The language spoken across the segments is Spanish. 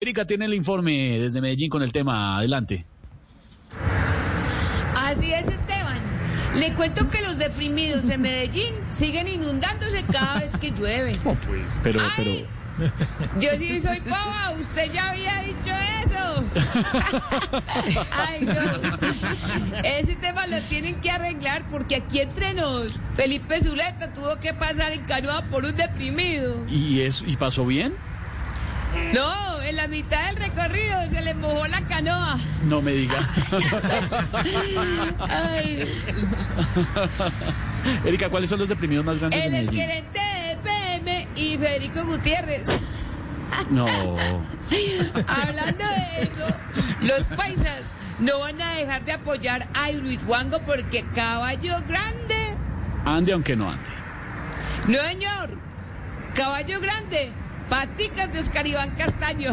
Erika tiene el informe desde Medellín con el tema. Adelante. Así es, Esteban. Le cuento que los deprimidos en Medellín siguen inundándose cada vez que llueve. No, pues, pero, Ay, Yo sí soy boba, usted ya había dicho eso. Ay, no. Ese tema lo tienen que arreglar porque aquí entre nos, Felipe Zuleta tuvo que pasar en canoa por un deprimido. pero. ¿Y eso? ¿Y pasó bien? No, en la mitad del recorrido se le mojó la canoa. No me diga. Ay. Erika, ¿cuáles son los deprimidos más grandes de El Medellín? exgerente de PM y Federico Gutiérrez. No. Hablando de eso, los paisas no van a dejar de apoyar a Hidruituango porque caballo grande. Ande aunque no ande. No, señor. Caballo grande. Paticas de Escaribán Castaño.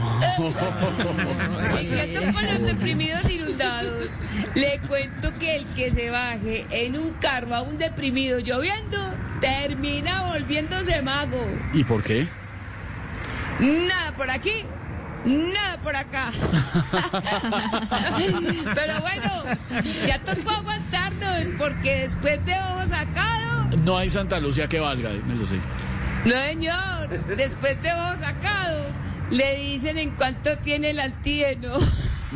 Siguiendo con los deprimidos inundados, le cuento que el que se baje en un carro a un deprimido lloviendo termina volviéndose mago. ¿Y por qué? Nada por aquí, nada por acá. Pero bueno, ya tocó aguantarnos porque después de ojo sacado, No hay Santa Lucía que valga, me lo sé. no señor, después de ojo sacado, le dicen en cuánto tiene el altieno.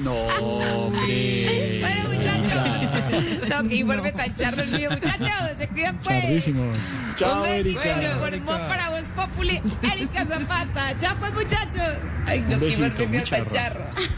No, hombre. Bueno, muchachos, no, que informe tan charro el mío, muchachos, se cuidan pues. Charrísimo. Chao, Un besito Erika. informó para vos Populi, Erika Zapata. Chao pues muchachos. Ay, no, Un que besito, informe muy tan charro. charro.